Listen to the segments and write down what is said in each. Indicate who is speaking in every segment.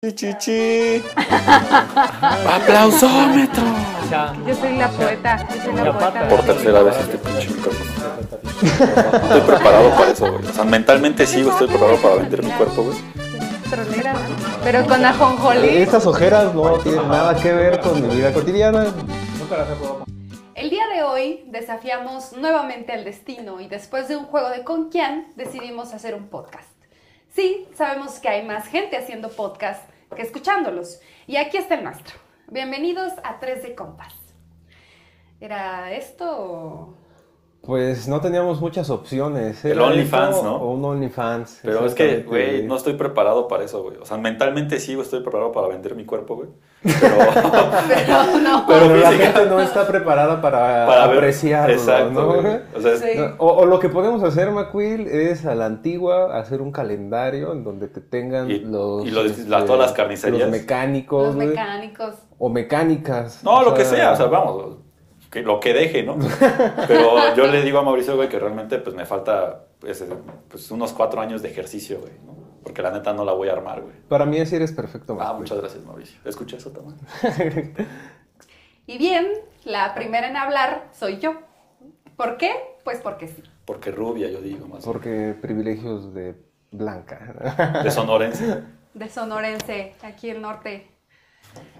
Speaker 1: Chichichi. ¡Aplausómetro!
Speaker 2: Yo soy la poeta, yo soy la poeta.
Speaker 1: Por tercera vez este pinche micrófono. Estoy preparado para eso, güey. O sea, mentalmente sí, güey, estoy preparado para vender mi cuerpo, güey.
Speaker 2: Trolera, pero con ajonjolí.
Speaker 3: Estas ojeras no tienen nada que ver con mi vida cotidiana.
Speaker 2: El día de hoy desafiamos nuevamente al destino y después de un juego de con quién decidimos hacer un podcast. Sí, sabemos que hay más gente haciendo podcast que escuchándolos. Y aquí está el nuestro. Bienvenidos a 3 de Compas. ¿Era esto o...?
Speaker 3: Pues no teníamos muchas opciones.
Speaker 1: El
Speaker 3: Era
Speaker 1: OnlyFans,
Speaker 3: esto
Speaker 1: ¿no?
Speaker 3: O un OnlyFans.
Speaker 1: Pero es que,
Speaker 3: exactamente.
Speaker 1: güey, no estoy preparado para eso, güey. O sea, mentalmente sí, güey, estoy preparado para vender mi cuerpo, güey. Pero
Speaker 2: Pero no.
Speaker 3: Pero la gente no está preparada para,
Speaker 1: para ver-
Speaker 3: apreciarlo, ¿no?
Speaker 1: Exacto, güey. O sea,
Speaker 2: Sí.
Speaker 3: O, o lo que podemos hacer, McQuill, es a la antigua hacer un calendario en donde te tengan
Speaker 1: Y-
Speaker 3: los, este,
Speaker 1: y los- las- todas las carnicerías.
Speaker 3: los mecánicos,
Speaker 2: Los
Speaker 3: güey,
Speaker 2: mecánicos.
Speaker 3: o mecánicas.
Speaker 1: No,
Speaker 3: O
Speaker 1: lo que sea, o sea, vamos, o- que lo que deje, ¿no? Pero yo le digo a Mauricio, güey, que realmente pues me falta pues, eh, pues, unos cuatro años de ejercicio, güey, ¿no? Porque la neta no la voy a armar, güey.
Speaker 3: Para mí así eres perfecto,
Speaker 1: Ah,
Speaker 3: McQuill.
Speaker 1: muchas gracias, Mauricio. Escucha eso también.
Speaker 2: Y bien, la primera en hablar soy yo. ¿Por qué? Pues porque sí.
Speaker 1: Porque rubia, yo digo, más.
Speaker 3: Porque privilegios de blanca.
Speaker 1: De sonorense.
Speaker 2: De sonorense, aquí el norte.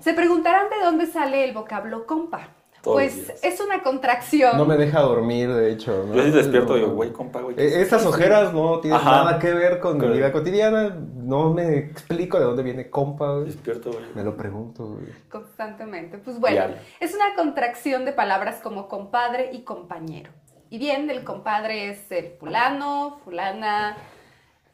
Speaker 2: Se preguntarán de dónde sale el vocablo compa.
Speaker 1: Todos
Speaker 2: pues
Speaker 1: los días.
Speaker 2: es una contracción.
Speaker 3: No me deja dormir, de hecho. ¿no?
Speaker 1: Yo sí despierto y digo,
Speaker 3: No.
Speaker 1: güey, compa, güey. ¿qué
Speaker 3: Eh, Estas ojeras no tienen
Speaker 1: Ajá.
Speaker 3: nada que ver con mi
Speaker 1: Correcto.
Speaker 3: vida cotidiana. No me explico de dónde viene compa, güey.
Speaker 1: Despierto, güey.
Speaker 3: Me lo pregunto, güey.
Speaker 2: Constantemente. Pues bueno,
Speaker 1: Diario.
Speaker 2: es una contracción de palabras como compadre y compañero. Y bien, el compadre es el fulano, fulana,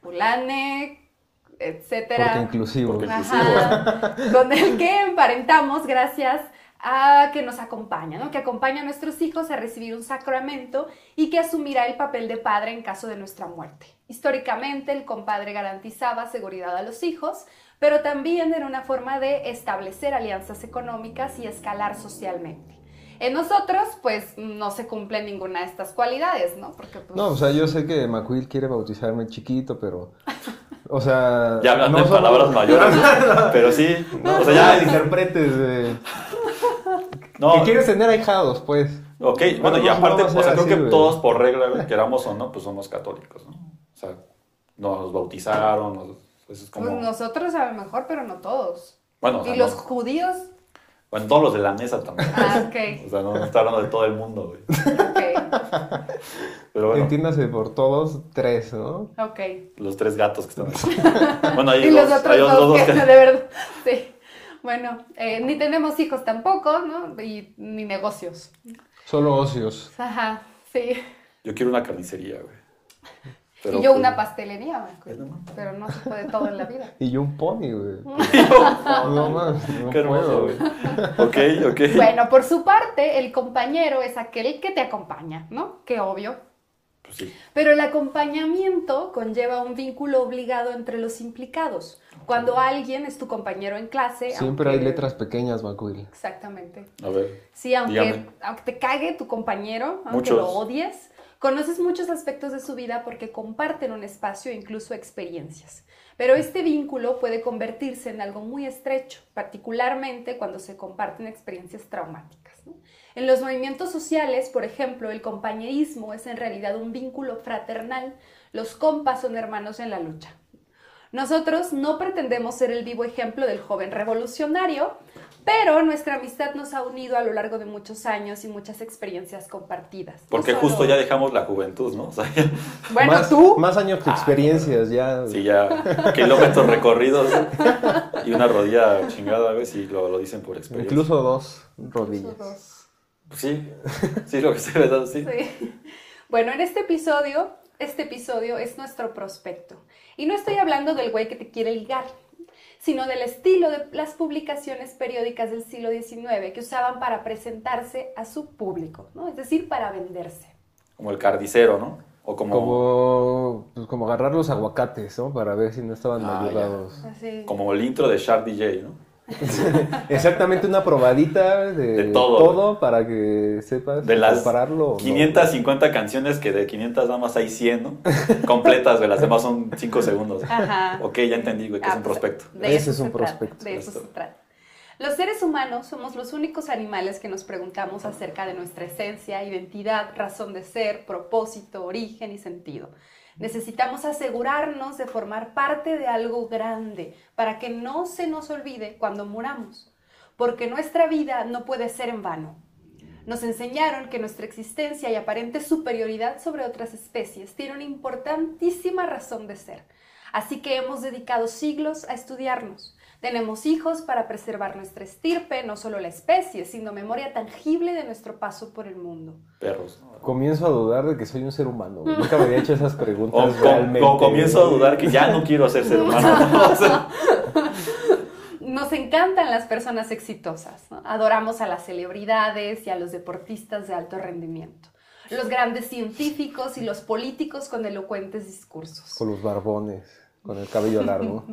Speaker 2: fulane, etcétera.
Speaker 3: Porque inclusivo.
Speaker 1: Porque-
Speaker 2: Ajá. Con el que emparentamos gracias a que nos acompaña, ¿no? Que acompaña a nuestros hijos a recibir un sacramento y que asumirá el papel de padre en caso de nuestra muerte. Históricamente, el compadre garantizaba seguridad a los hijos, pero también era una forma de establecer alianzas económicas y escalar socialmente. En nosotros, pues, no se cumple ninguna de estas cualidades, ¿no? Porque, pues,
Speaker 3: No, o sea, yo sé que McQuill quiere bautizarme chiquito, pero. O sea.
Speaker 1: Ya hablando
Speaker 3: no
Speaker 1: en
Speaker 3: somos-
Speaker 1: palabras mayores, güey, pero sí.
Speaker 3: No,
Speaker 1: O sea, ya.
Speaker 3: interpretes, güey.
Speaker 1: No,
Speaker 3: Que quieres tener ahijados, pues.
Speaker 1: ok,
Speaker 3: No,
Speaker 1: bueno, y
Speaker 3: no,
Speaker 1: aparte,
Speaker 3: no va a
Speaker 1: o sea,
Speaker 3: ser
Speaker 1: creo
Speaker 3: así,
Speaker 1: que
Speaker 3: güey.
Speaker 1: todos por regla, güey, queramos o no, pues somos católicos, ¿no? O sea, nos bautizaron, nos- eso es como.
Speaker 2: pues, nosotros a lo mejor, pero no todos.
Speaker 1: Bueno, o sea,
Speaker 2: y los
Speaker 1: no.
Speaker 2: judíos,
Speaker 1: Bueno, todos los de la mesa también.
Speaker 2: Ah, ok.
Speaker 1: O sea, no, no está hablando de todo el mundo, güey.
Speaker 2: ok.
Speaker 1: Pero bueno,
Speaker 3: Entiéndase por todos, tres, ¿no?
Speaker 2: Ok.
Speaker 1: los tres gatos que están aquí. Bueno, hay
Speaker 2: Y
Speaker 1: dos,
Speaker 2: los otros
Speaker 1: hay
Speaker 2: dos,
Speaker 1: dos
Speaker 2: que, de
Speaker 1: que...
Speaker 2: verdad. Sí. Bueno, eh, ni tenemos hijos tampoco, ¿no? Y ni negocios.
Speaker 3: Solo ocios.
Speaker 2: Ajá, sí.
Speaker 1: Yo quiero una carnicería, güey. Pero,
Speaker 2: y yo
Speaker 1: pues,
Speaker 2: una pastelería, me acuerdo.
Speaker 1: Bueno, ma.
Speaker 2: pero no se puede todo en la vida.
Speaker 3: Y yo un pony, güey. No
Speaker 1: no,
Speaker 3: más. No
Speaker 1: Qué hermoso,
Speaker 3: puedo,
Speaker 1: güey.
Speaker 3: güey.
Speaker 1: Ok, ok.
Speaker 2: Bueno, por su parte, el compañero es aquel que te acompaña, ¿no? Que obvio.
Speaker 1: Pues sí.
Speaker 2: Pero el acompañamiento conlleva un vínculo obligado entre los implicados. Cuando alguien es tu compañero en clase.
Speaker 3: Siempre hay
Speaker 2: aunque-
Speaker 3: letras pequeñas, McQuill.
Speaker 2: Exactamente.
Speaker 1: A ver.
Speaker 2: Sí, aunque,
Speaker 1: Dígame.
Speaker 2: aunque te cague tu compañero, aunque
Speaker 1: Muchos.
Speaker 2: lo odies, conoces muchos aspectos de su vida porque comparten un espacio e incluso experiencias. Pero este vínculo puede convertirse en algo muy estrecho, particularmente cuando se comparten experiencias traumáticas. ¿no? En los movimientos sociales, por ejemplo, el compañerismo es en realidad un vínculo fraternal. Los compas son hermanos en la lucha. Nosotros no pretendemos ser el vivo ejemplo del joven revolucionario, pero nuestra amistad nos ha unido a lo largo de muchos años y muchas experiencias compartidas. No
Speaker 1: Porque
Speaker 2: Pues solo-
Speaker 1: justo ya dejamos la juventud, ¿no? O sea, ya-
Speaker 2: Bueno,
Speaker 3: más,
Speaker 2: tú.
Speaker 3: Más años que experiencias, ya.
Speaker 1: Ah, sí, ya kilómetros recorridos y una rodilla chingada, güey, si lo, lo dicen por experiencia.
Speaker 3: Incluso dos rodillas.
Speaker 1: Pues sí, sí, lo que se ve, sí.
Speaker 2: Sí. Bueno, en este episodio, este episodio es nuestro prospecto. Y no estoy hablando del güey que te quiere ligar, sino del estilo de las publicaciones periódicas del siglo XIX que usaban para presentarse a su público, ¿no? es decir, para venderse.
Speaker 1: Como el cardicero, ¿no? O como, como,
Speaker 3: Como, pues, como agarrar los aguacates, ¿no? Para ver si no estaban
Speaker 1: Ah, ya.
Speaker 3: ayudados.
Speaker 2: Así.
Speaker 1: el intro de Shark DJ, ¿no?
Speaker 3: Exactamente una probadita
Speaker 1: De
Speaker 3: de,
Speaker 1: todo,
Speaker 3: para que sepas
Speaker 1: De las
Speaker 3: compararlo. o no.
Speaker 1: 550 canciones que de 500 nada más hay 100, ¿no? Completas, güey. Las demás son 5 segundos.
Speaker 2: Ajá. Ah, pues,
Speaker 1: Ok, ya entendí, güey, que es un prospecto.
Speaker 2: De
Speaker 3: Ese
Speaker 2: eso
Speaker 3: es un
Speaker 2: se trata,
Speaker 3: prospecto.
Speaker 2: de eso se trata. Los seres humanos somos los únicos animales que nos preguntamos acerca de nuestra esencia, identidad, razón de ser, propósito, origen y sentido. Necesitamos asegurarnos de formar parte de algo grande para que no se nos olvide cuando muramos, porque nuestra vida no puede ser en vano. Nos enseñaron que nuestra existencia y aparente superioridad sobre otras especies tiene una importantísima razón de ser. Así que hemos dedicado siglos a estudiarnos. Tenemos hijos para preservar nuestra estirpe, no solo la especie, sino memoria tangible de nuestro paso por el mundo.
Speaker 1: Perros. ¿no?
Speaker 3: Comienzo a dudar de que soy un ser humano. güey. Nunca me había hecho esas
Speaker 1: O,
Speaker 3: preguntas.
Speaker 1: o-
Speaker 3: realmente.
Speaker 1: o comienzo a dudar que ya no quiero ser ser humano. ¿no? O sea,
Speaker 2: Nos encantan las personas exitosas, ¿no? adoramos a las celebridades y a los deportistas de alto rendimiento, los grandes científicos y los políticos con elocuentes discursos,
Speaker 3: Con los barbones, con el cabello largo.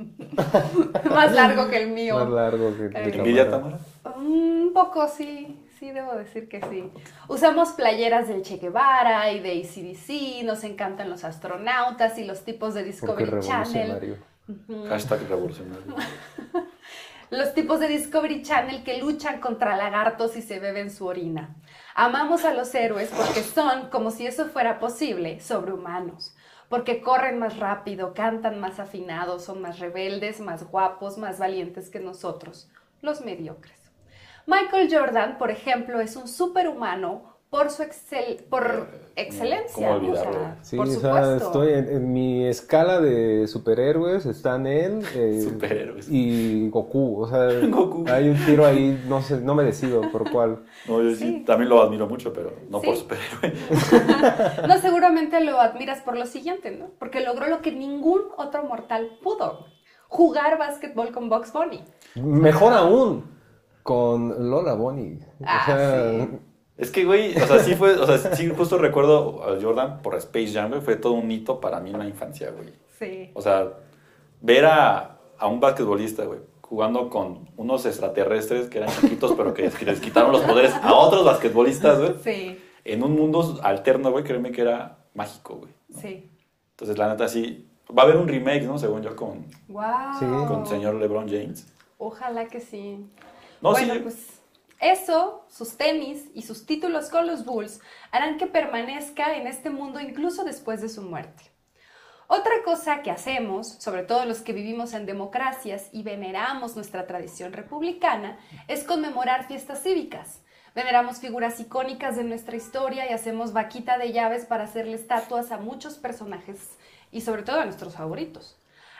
Speaker 2: más largo que el mío.
Speaker 3: más largo que el de
Speaker 1: ¿Envidia,
Speaker 3: Tamara.
Speaker 1: Tamara?
Speaker 2: Un Mm, poco sí, sí, debo decir que sí. Usamos playeras del Che Guevara y de ACDC, nos encantan los astronautas y los tipos de
Speaker 3: Porque
Speaker 2: Discovery Channel.
Speaker 3: revolucionario.
Speaker 1: Hashtag revolucionario.
Speaker 2: Los tipos de Discovery Channel que luchan contra lagartos y se beben su orina. Amamos a los héroes porque son, como si eso fuera posible, sobrehumanos. Porque corren más rápido, cantan más afinados, son más rebeldes, más guapos, más valientes que nosotros, los mediocres. Michael Jordan, por ejemplo, es un superhumano por su excel- por excelencia.
Speaker 1: ¿cómo olvidarlo?
Speaker 2: o sea,
Speaker 3: Eh, Sí,
Speaker 2: por
Speaker 3: o sea,
Speaker 2: supuesto.
Speaker 3: estoy en, en mi escala de superhéroes, están él eh,
Speaker 1: Superhéroes.
Speaker 3: y Goku. O sea,
Speaker 1: Goku.
Speaker 3: hay un tiro ahí, no sé, no me decido por cuál.
Speaker 1: No, yo sí,
Speaker 2: Sí.
Speaker 1: también lo admiro mucho, pero no por
Speaker 2: Sí.
Speaker 1: superhéroe.
Speaker 2: No, seguramente lo admiras por lo siguiente, ¿no? Porque logró lo que ningún otro mortal pudo. Jugar básquetbol con Box Bunny.
Speaker 3: Mejor aún, con Lola Bonnie.
Speaker 2: Ah,
Speaker 3: o sea,
Speaker 2: sí.
Speaker 1: Es que, güey, o sea, sí fue, o sea, sí, justo recuerdo a Jordan por Space Jam, güey, fue todo un hito para mí en la infancia, güey.
Speaker 2: Sí.
Speaker 1: O sea, ver a, a un basquetbolista, güey, jugando con unos extraterrestres que eran chiquitos, pero que, que les quitaron los poderes a otros basquetbolistas, güey,
Speaker 2: Sí,
Speaker 1: en un mundo alterno, güey, créeme que era mágico, güey.
Speaker 2: sí.
Speaker 1: Entonces, la neta, sí, va a haber un remake, ¿no? Según yo, con,
Speaker 2: Wow.
Speaker 3: Sí.
Speaker 1: con señor LeBron James.
Speaker 2: Ojalá que sí.
Speaker 1: No,
Speaker 2: bueno,
Speaker 1: sí,
Speaker 2: pues eso, sus tenis y sus títulos con los Bulls harán que permanezca en este mundo incluso después de su muerte. Otra cosa que hacemos, sobre todo los que vivimos en democracias y veneramos nuestra tradición republicana, es conmemorar fiestas cívicas. Veneramos figuras icónicas de nuestra historia y hacemos vaquita de llaves para hacerle estatuas a muchos personajes y sobre todo a nuestros favoritos.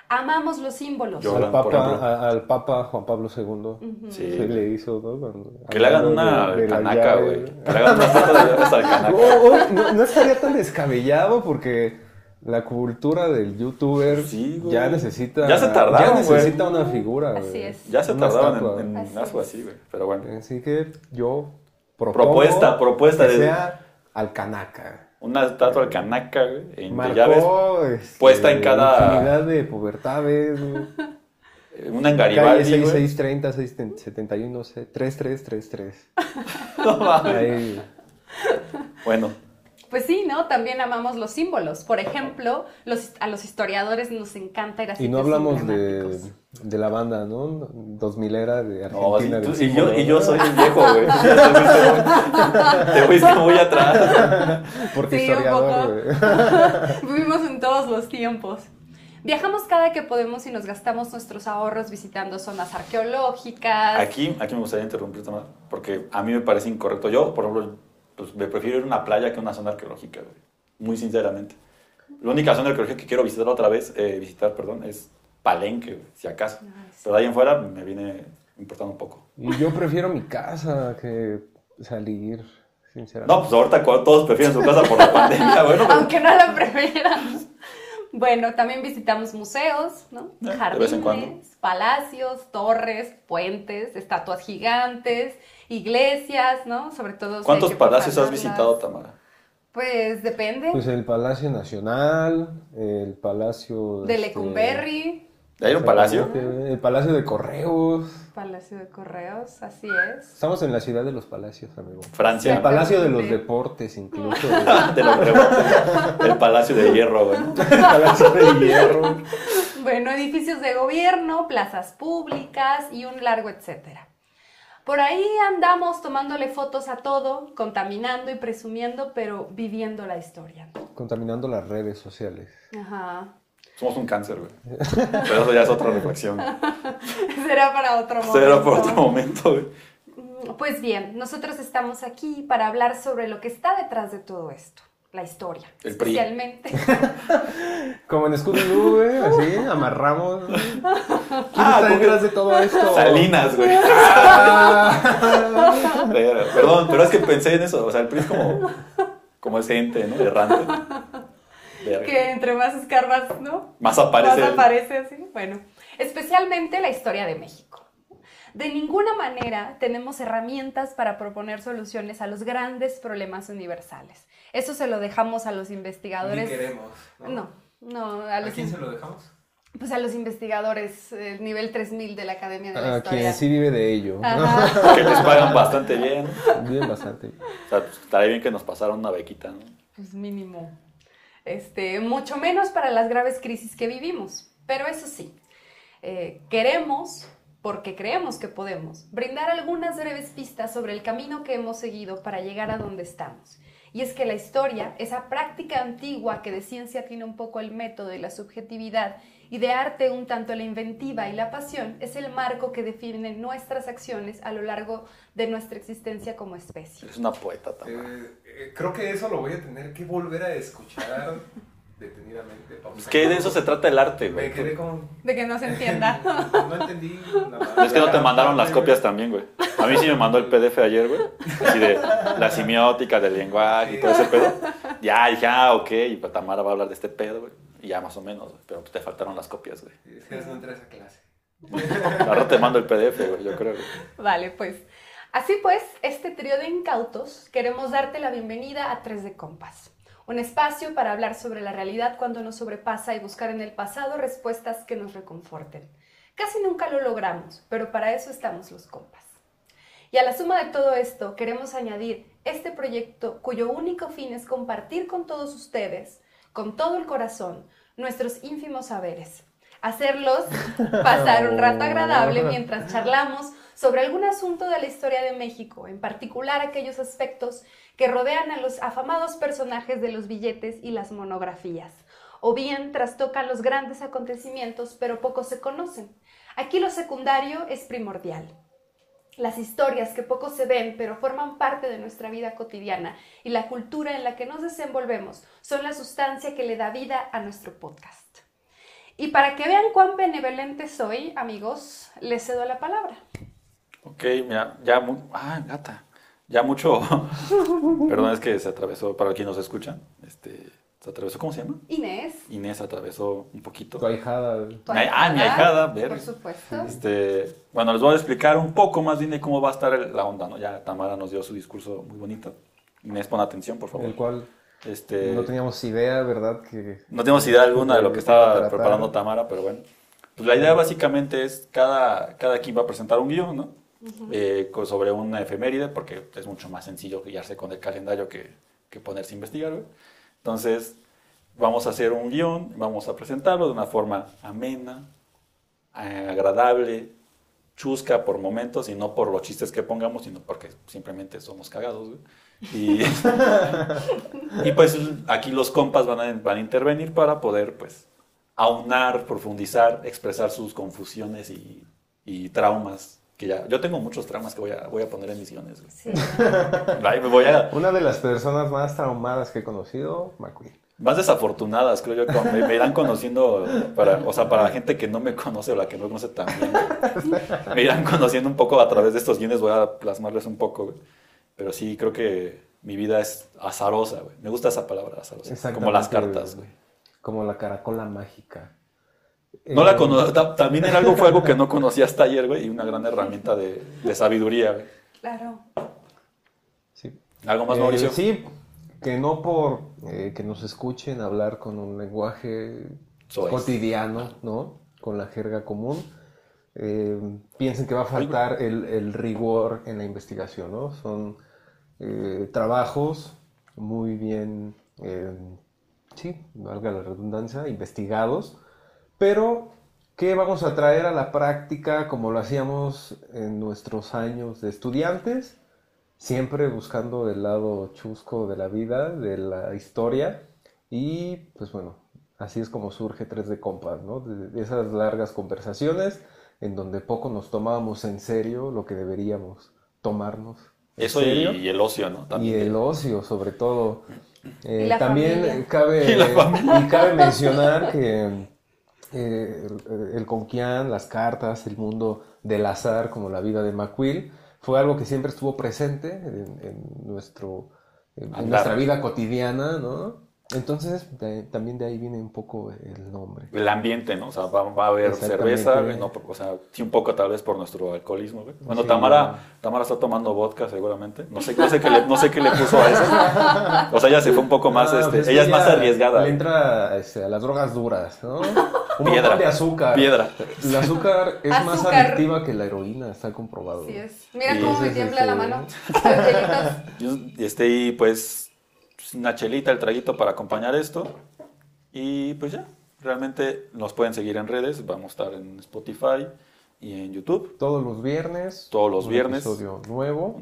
Speaker 2: Amamos los símbolos.
Speaker 1: Yo-
Speaker 3: al,
Speaker 1: Jordan, por
Speaker 3: Papa,
Speaker 1: ejemplo.
Speaker 3: a- al Papa Juan Pablo II.
Speaker 1: sí.
Speaker 3: Se le hizo, ¿no? Cuando-
Speaker 1: Que le hagan una
Speaker 3: de- de la
Speaker 1: canaca,
Speaker 3: llave.
Speaker 1: güey. Que le hagan una estatua de llaves al canaca.
Speaker 3: Oh, oh, no, no estaría tan descabellado porque la cultura del youtuber
Speaker 1: Sí, güey.
Speaker 3: ya necesita.
Speaker 1: Ya se tardaron,
Speaker 3: ya necesita
Speaker 1: güey.
Speaker 3: una figura.
Speaker 2: Así
Speaker 3: güey.
Speaker 2: es.
Speaker 1: Ya se
Speaker 3: Una
Speaker 1: tardaban
Speaker 3: estatua.
Speaker 1: en, en
Speaker 2: Así
Speaker 1: algo
Speaker 2: es.
Speaker 1: así, güey. Pero bueno,
Speaker 3: Así que yo propongo
Speaker 1: Propuesta, propuesta
Speaker 3: que
Speaker 1: de-
Speaker 3: sea al canaca.
Speaker 1: una estatua al canaca, güey, en de llaves,
Speaker 3: Marcó este,
Speaker 1: puesta en cada-
Speaker 3: infinidad de pubertades. güey.
Speaker 1: eh, una en
Speaker 3: Calle
Speaker 1: Garibaldi, güey.
Speaker 3: 6630, 671, 3333. Ahí.
Speaker 1: Bueno,
Speaker 2: Pues sí, ¿no? También amamos los símbolos. Por ejemplo, los, a los historiadores nos encanta ir a
Speaker 3: Y
Speaker 2: sitios
Speaker 3: no hablamos de,
Speaker 2: emblemáticos.
Speaker 3: de la banda, ¿no? 2000 era de
Speaker 1: no,
Speaker 3: Argentina.
Speaker 1: y, tú-
Speaker 3: del
Speaker 1: y yo,
Speaker 3: símbolo,
Speaker 1: y yo
Speaker 3: ¿no?
Speaker 1: soy el viejo, güey. Ya Te fuiste muy- te fuiste muy atrás.
Speaker 3: Porque
Speaker 2: Sí, un
Speaker 3: historiador, güey.
Speaker 2: Vivimos en todos los tiempos. Viajamos cada que podemos y nos gastamos nuestros ahorros visitando zonas arqueológicas.
Speaker 1: Aquí, aquí me gustaría interrumpirte más, porque a mí me parece incorrecto. Yo, por ejemplo, pues, me prefiero ir a una playa que a una zona arqueológica, güey. Muy sinceramente. La única zona arqueológica que quiero visitar otra vez, eh, visitar, perdón, es Palenque, güey, si acaso.
Speaker 2: Ay, sí.
Speaker 1: Pero de ahí en fuera me viene importando un poco.
Speaker 3: Y yo prefiero mi casa que salir, sinceramente.
Speaker 1: No, pues ahorita cu- todos prefieren su casa por la pandemia, bueno, pero
Speaker 2: Aunque no la prefieran. Bueno, también visitamos museos, ¿no?
Speaker 1: Eh, de vez en cuando.
Speaker 2: Jardines, palacios, torres, puentes, estatuas gigantes, iglesias, ¿no? Sobre todo. si hay
Speaker 1: ¿cuántos
Speaker 2: que
Speaker 1: palacios has
Speaker 2: profanarlas.
Speaker 1: visitado, Tamara?
Speaker 2: Pues depende.
Speaker 3: Pues el Palacio Nacional, el Palacio...
Speaker 2: de
Speaker 3: este,
Speaker 2: Lecumberri,
Speaker 1: ¿Hay un palacio?
Speaker 3: Exactamente. El Palacio de Correos.
Speaker 2: Palacio de Correos, así es.
Speaker 3: Estamos en la ciudad de los palacios, amigo. El
Speaker 1: Francia.
Speaker 3: Palacio de los
Speaker 2: Exactamente.
Speaker 3: Deportes, incluso.
Speaker 1: Te lo pregunto. El palacio de hierro, güey.
Speaker 3: El Palacio de Hierro.
Speaker 2: Bueno, edificios de gobierno, plazas públicas y un largo etcétera. Por ahí andamos tomándole fotos a todo, contaminando y presumiendo, pero viviendo la historia.
Speaker 3: Contaminando las redes sociales.
Speaker 2: Ajá.
Speaker 1: Somos un cáncer, güey. Pero eso ya es otra reflexión.
Speaker 2: Será para otro momento.
Speaker 1: Será por otro momento, güey.
Speaker 2: Mm, Pues bien, nosotros estamos aquí para hablar sobre lo que está detrás de todo esto, la historia,
Speaker 1: El PRI.
Speaker 2: especialmente.
Speaker 3: Como en Scooby-Doo, güey, así, amarramos. ¿Quién
Speaker 1: Ah,
Speaker 3: está
Speaker 1: ¿cómo
Speaker 3: detrás de todo esto?
Speaker 1: Salinas, güey.
Speaker 3: Ah.
Speaker 1: Pero, perdón, pero es que pensé en eso. O sea, el PRI es como, como ese ente, ¿no? Errante. Verga.
Speaker 2: que entre más escarbas, ¿no?
Speaker 1: Más aparece
Speaker 2: Más
Speaker 1: el-
Speaker 2: aparece así. Bueno, especialmente la historia de México. De ninguna manera tenemos herramientas para proponer soluciones a los grandes problemas universales. Eso se lo dejamos a los
Speaker 4: Ni
Speaker 2: investigadores.
Speaker 4: queremos.
Speaker 2: No, no, a
Speaker 4: ¿A,
Speaker 2: los,
Speaker 4: quién
Speaker 2: in-
Speaker 4: se lo dejamos?
Speaker 2: pues a los investigadores eh, nivel 3000 de la Academia de la
Speaker 3: Ah,
Speaker 2: Historia.
Speaker 3: quien sí vive de ello.
Speaker 2: Ajá.
Speaker 1: que les pagan bastante bien.
Speaker 3: Bien bastante.
Speaker 1: O sea, pues, estaría bien que nos pasaran una bequita, ¿no?
Speaker 2: Pues mínimo. Este, mucho menos para las graves crisis que vivimos. Pero eso sí, eh, queremos, porque creemos que podemos, brindar algunas breves pistas sobre el camino que hemos seguido para llegar a donde estamos. Y es que la historia, esa práctica antigua que de ciencia tiene un poco el método y la subjetividad, y de arte un tanto la inventiva y la pasión, es el marco que define nuestras acciones a lo largo de nuestra existencia como especie.
Speaker 1: Eres una poeta también.
Speaker 4: Eh, eh, creo que eso lo voy a tener que volver a escuchar detenidamente. Pausa.
Speaker 1: Pues que de eso se trata el arte,
Speaker 4: Me
Speaker 1: güey.
Speaker 4: quedé con...
Speaker 2: De que no se entienda.
Speaker 4: No entendí nada. Eh,
Speaker 1: Es que no te mandaron las copias también, güey. A mí sí me mandó el PDF ayer, güey. Así de la semiótica del lenguaje y todo ese pedo. Ya, dije, ah, ok, y pues Tamara va a hablar de este pedo, güey. Y ya más o menos, güey. Pero pues, te faltaron las copias, güey.
Speaker 4: Es que eh, no entré a esa clase.
Speaker 1: Ahora te mando el PDF, güey, yo creo. güey.
Speaker 2: Vale, pues. Así pues, este trío de incautos queremos darte la bienvenida a Tres de Compas, un espacio para hablar sobre la realidad cuando nos sobrepasa y buscar en el pasado respuestas que nos reconforten. Casi nunca lo logramos, pero para eso estamos los compas. Y a la suma de todo esto, queremos añadir este proyecto cuyo único fin es compartir con todos ustedes, con todo el corazón, nuestros ínfimos saberes. Hacerlos pasar un rato agradable mientras charlamos sobre algún asunto de la historia de México, en particular aquellos aspectos que rodean a los afamados personajes de los billetes y las monografías, o bien trastocan los grandes acontecimientos pero pocos se conocen. Aquí lo secundario es primordial las historias que poco se ven pero forman parte de nuestra vida cotidiana y la cultura en la que nos desenvolvemos son la sustancia que le da vida a nuestro podcast. Y para que vean cuán benevolente soy, amigos, les cedo la palabra.
Speaker 1: Ok, mira, ya mu- Ah, gata. Ya mucho... Perdón, es que se atravesó, para quien nos escucha, este... Se atravesó, ¿cómo se llama?
Speaker 2: Inés.
Speaker 1: Inés atravesó un poquito.
Speaker 3: Tu ahijada.
Speaker 2: tu
Speaker 1: Mi- ah, mi ahijada, verga.
Speaker 2: Por supuesto.
Speaker 1: Este, bueno, les voy a explicar un poco más bien de cómo va a estar el- la onda, ¿no? Ya Tamara nos dio su discurso muy bonito. Inés, pon atención, por favor.
Speaker 3: El cual
Speaker 1: Este,
Speaker 3: no teníamos idea, ¿verdad? Que
Speaker 1: no tenemos idea alguna de lo que estaba
Speaker 3: Tratar.
Speaker 1: preparando Tamara, pero bueno. Pues la idea básicamente es cada, cada quien va a presentar un guión, ¿no? Eh, co- sobre una efeméride, porque es mucho más sencillo guiarse con el calendario que, que ponerse a investigar, ¿ve? Entonces, vamos a hacer un guión, vamos a presentarlo de una forma amena, eh, agradable, chusca por momentos, y no por los chistes que pongamos, sino porque simplemente somos cagados, güey. Y... Y pues aquí los compas van a, van a intervenir para poder pues aunar, profundizar, expresar sus confusiones y, y traumas. Que ya, yo tengo muchos traumas que voy a, voy a poner en mis guiones. güey.
Speaker 2: Sí.
Speaker 1: Ay, me voy a-
Speaker 3: una de las personas más traumadas que he conocido, McQueen.
Speaker 1: más desafortunadas, creo yo, como me, me irán conociendo, para, o sea, para la gente que no me conoce o la que no me conoce también. güey. Me irán conociendo un poco a través de estos guiones, voy a plasmarles un poco. güey. Pero sí, creo que mi vida es azarosa, güey. Me gusta esa palabra, azarosa. Como las
Speaker 3: Exactamente,
Speaker 1: cartas, güey.
Speaker 3: Como la caracola mágica.
Speaker 1: No
Speaker 3: Eh,
Speaker 1: la cono- ta- También era algo, fue algo que no conocía hasta ayer, güey, y una gran herramienta de, de sabiduría, güey.
Speaker 2: Claro.
Speaker 3: Sí.
Speaker 1: ¿Algo más,
Speaker 3: Eh,
Speaker 1: Mauricio?
Speaker 3: Sí, que no por eh, que nos escuchen hablar con un lenguaje
Speaker 1: Soez.
Speaker 3: cotidiano, ¿no? con la jerga común, eh, piensen que va a faltar el, el rigor en la investigación, ¿no? Son eh, trabajos muy bien, eh, sí, valga la redundancia, investigados, pero que vamos a traer a la práctica como lo hacíamos en nuestros años de estudiantes, siempre buscando el lado chusco de la vida, de la historia, y pues bueno, así es como surge 3 de compas, ¿no? De de esas largas conversaciones en donde poco nos tomábamos en serio lo que deberíamos tomarnos. en
Speaker 1: Eso y,
Speaker 3: serio.
Speaker 1: y el ocio, ¿no?
Speaker 3: Y
Speaker 1: También.
Speaker 3: el ocio, sobre todo. Eh,
Speaker 2: Y la
Speaker 3: también
Speaker 2: familia.
Speaker 3: cabe
Speaker 1: Y la familia.
Speaker 3: y cabe mencionar que eh, el, el conquián, las cartas, el mundo del azar, como la vida de McQuill, fue algo que siempre estuvo presente en, en nuestro en
Speaker 1: Andar.
Speaker 3: nuestra vida cotidiana, ¿no? Entonces, de- también de ahí viene un poco el nombre.
Speaker 1: El ambiente, ¿no? O sea, va, va a haber
Speaker 3: Exactamente.
Speaker 1: cerveza, güey, no, o sea, sí un poco tal vez por nuestro alcoholismo, güey. Bueno,
Speaker 3: Sí,
Speaker 1: Tamara,
Speaker 3: güey.
Speaker 1: Tamara está tomando vodka seguramente. No sé, no sé qué le, no sé qué le puso a eso. O sea, ella se fue un poco más,
Speaker 3: Ah,
Speaker 1: este,
Speaker 3: pues es que
Speaker 1: ella es más arriesgada.
Speaker 3: Le entra este, a las drogas duras, ¿no? Un
Speaker 1: Piedra.
Speaker 3: montón de azúcar.
Speaker 1: Piedra.
Speaker 3: El azúcar es más
Speaker 2: Azúcar.
Speaker 3: adictiva que la heroína, está comprobado.
Speaker 2: Así es. Mira
Speaker 1: Y
Speaker 2: cómo
Speaker 3: ese
Speaker 2: me
Speaker 3: es
Speaker 2: tiembla la
Speaker 3: este-
Speaker 2: mano. Los hielitos.
Speaker 1: Y este, y pues, una chelita, el traguito para acompañar esto. Y pues ya, realmente nos pueden seguir en redes. Vamos a estar en Spotify y en YouTube.
Speaker 3: Todos los viernes.
Speaker 1: Todos los
Speaker 3: un
Speaker 1: viernes.
Speaker 3: Episodio nuevo.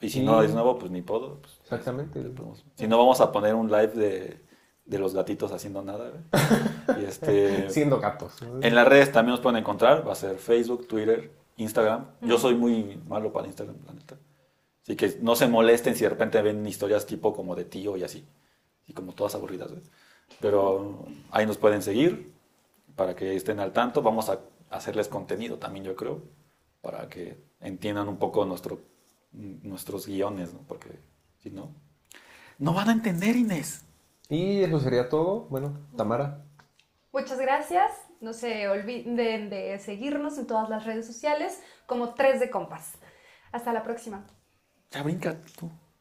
Speaker 1: Y si
Speaker 3: Sí.
Speaker 1: no es nuevo, pues ni puedo. pues,
Speaker 3: Exactamente.
Speaker 1: Vamos. Si no, vamos a poner un live de, de los gatitos haciendo nada. güey. Y este,
Speaker 3: Siendo gatos.
Speaker 1: En las redes también nos pueden encontrar. Va a ser Facebook, Twitter, Instagram. Yo soy muy malo para Instagram, la neta. Así que no se molesten si de repente ven historias tipo como de tío y así. Y como todas aburridas. güey. Pero ahí nos pueden seguir para que estén al tanto. Vamos a hacerles contenido también, yo creo, para que entiendan un poco nuestro, nuestros guiones, ¿no? Porque si no, no van a entender, Inés.
Speaker 3: Y eso sería todo. Bueno, Tamara.
Speaker 2: Muchas gracias. No se olviden de seguirnos en todas las redes sociales como 3 de compas. Hasta la próxima.
Speaker 1: Ya brinca tú.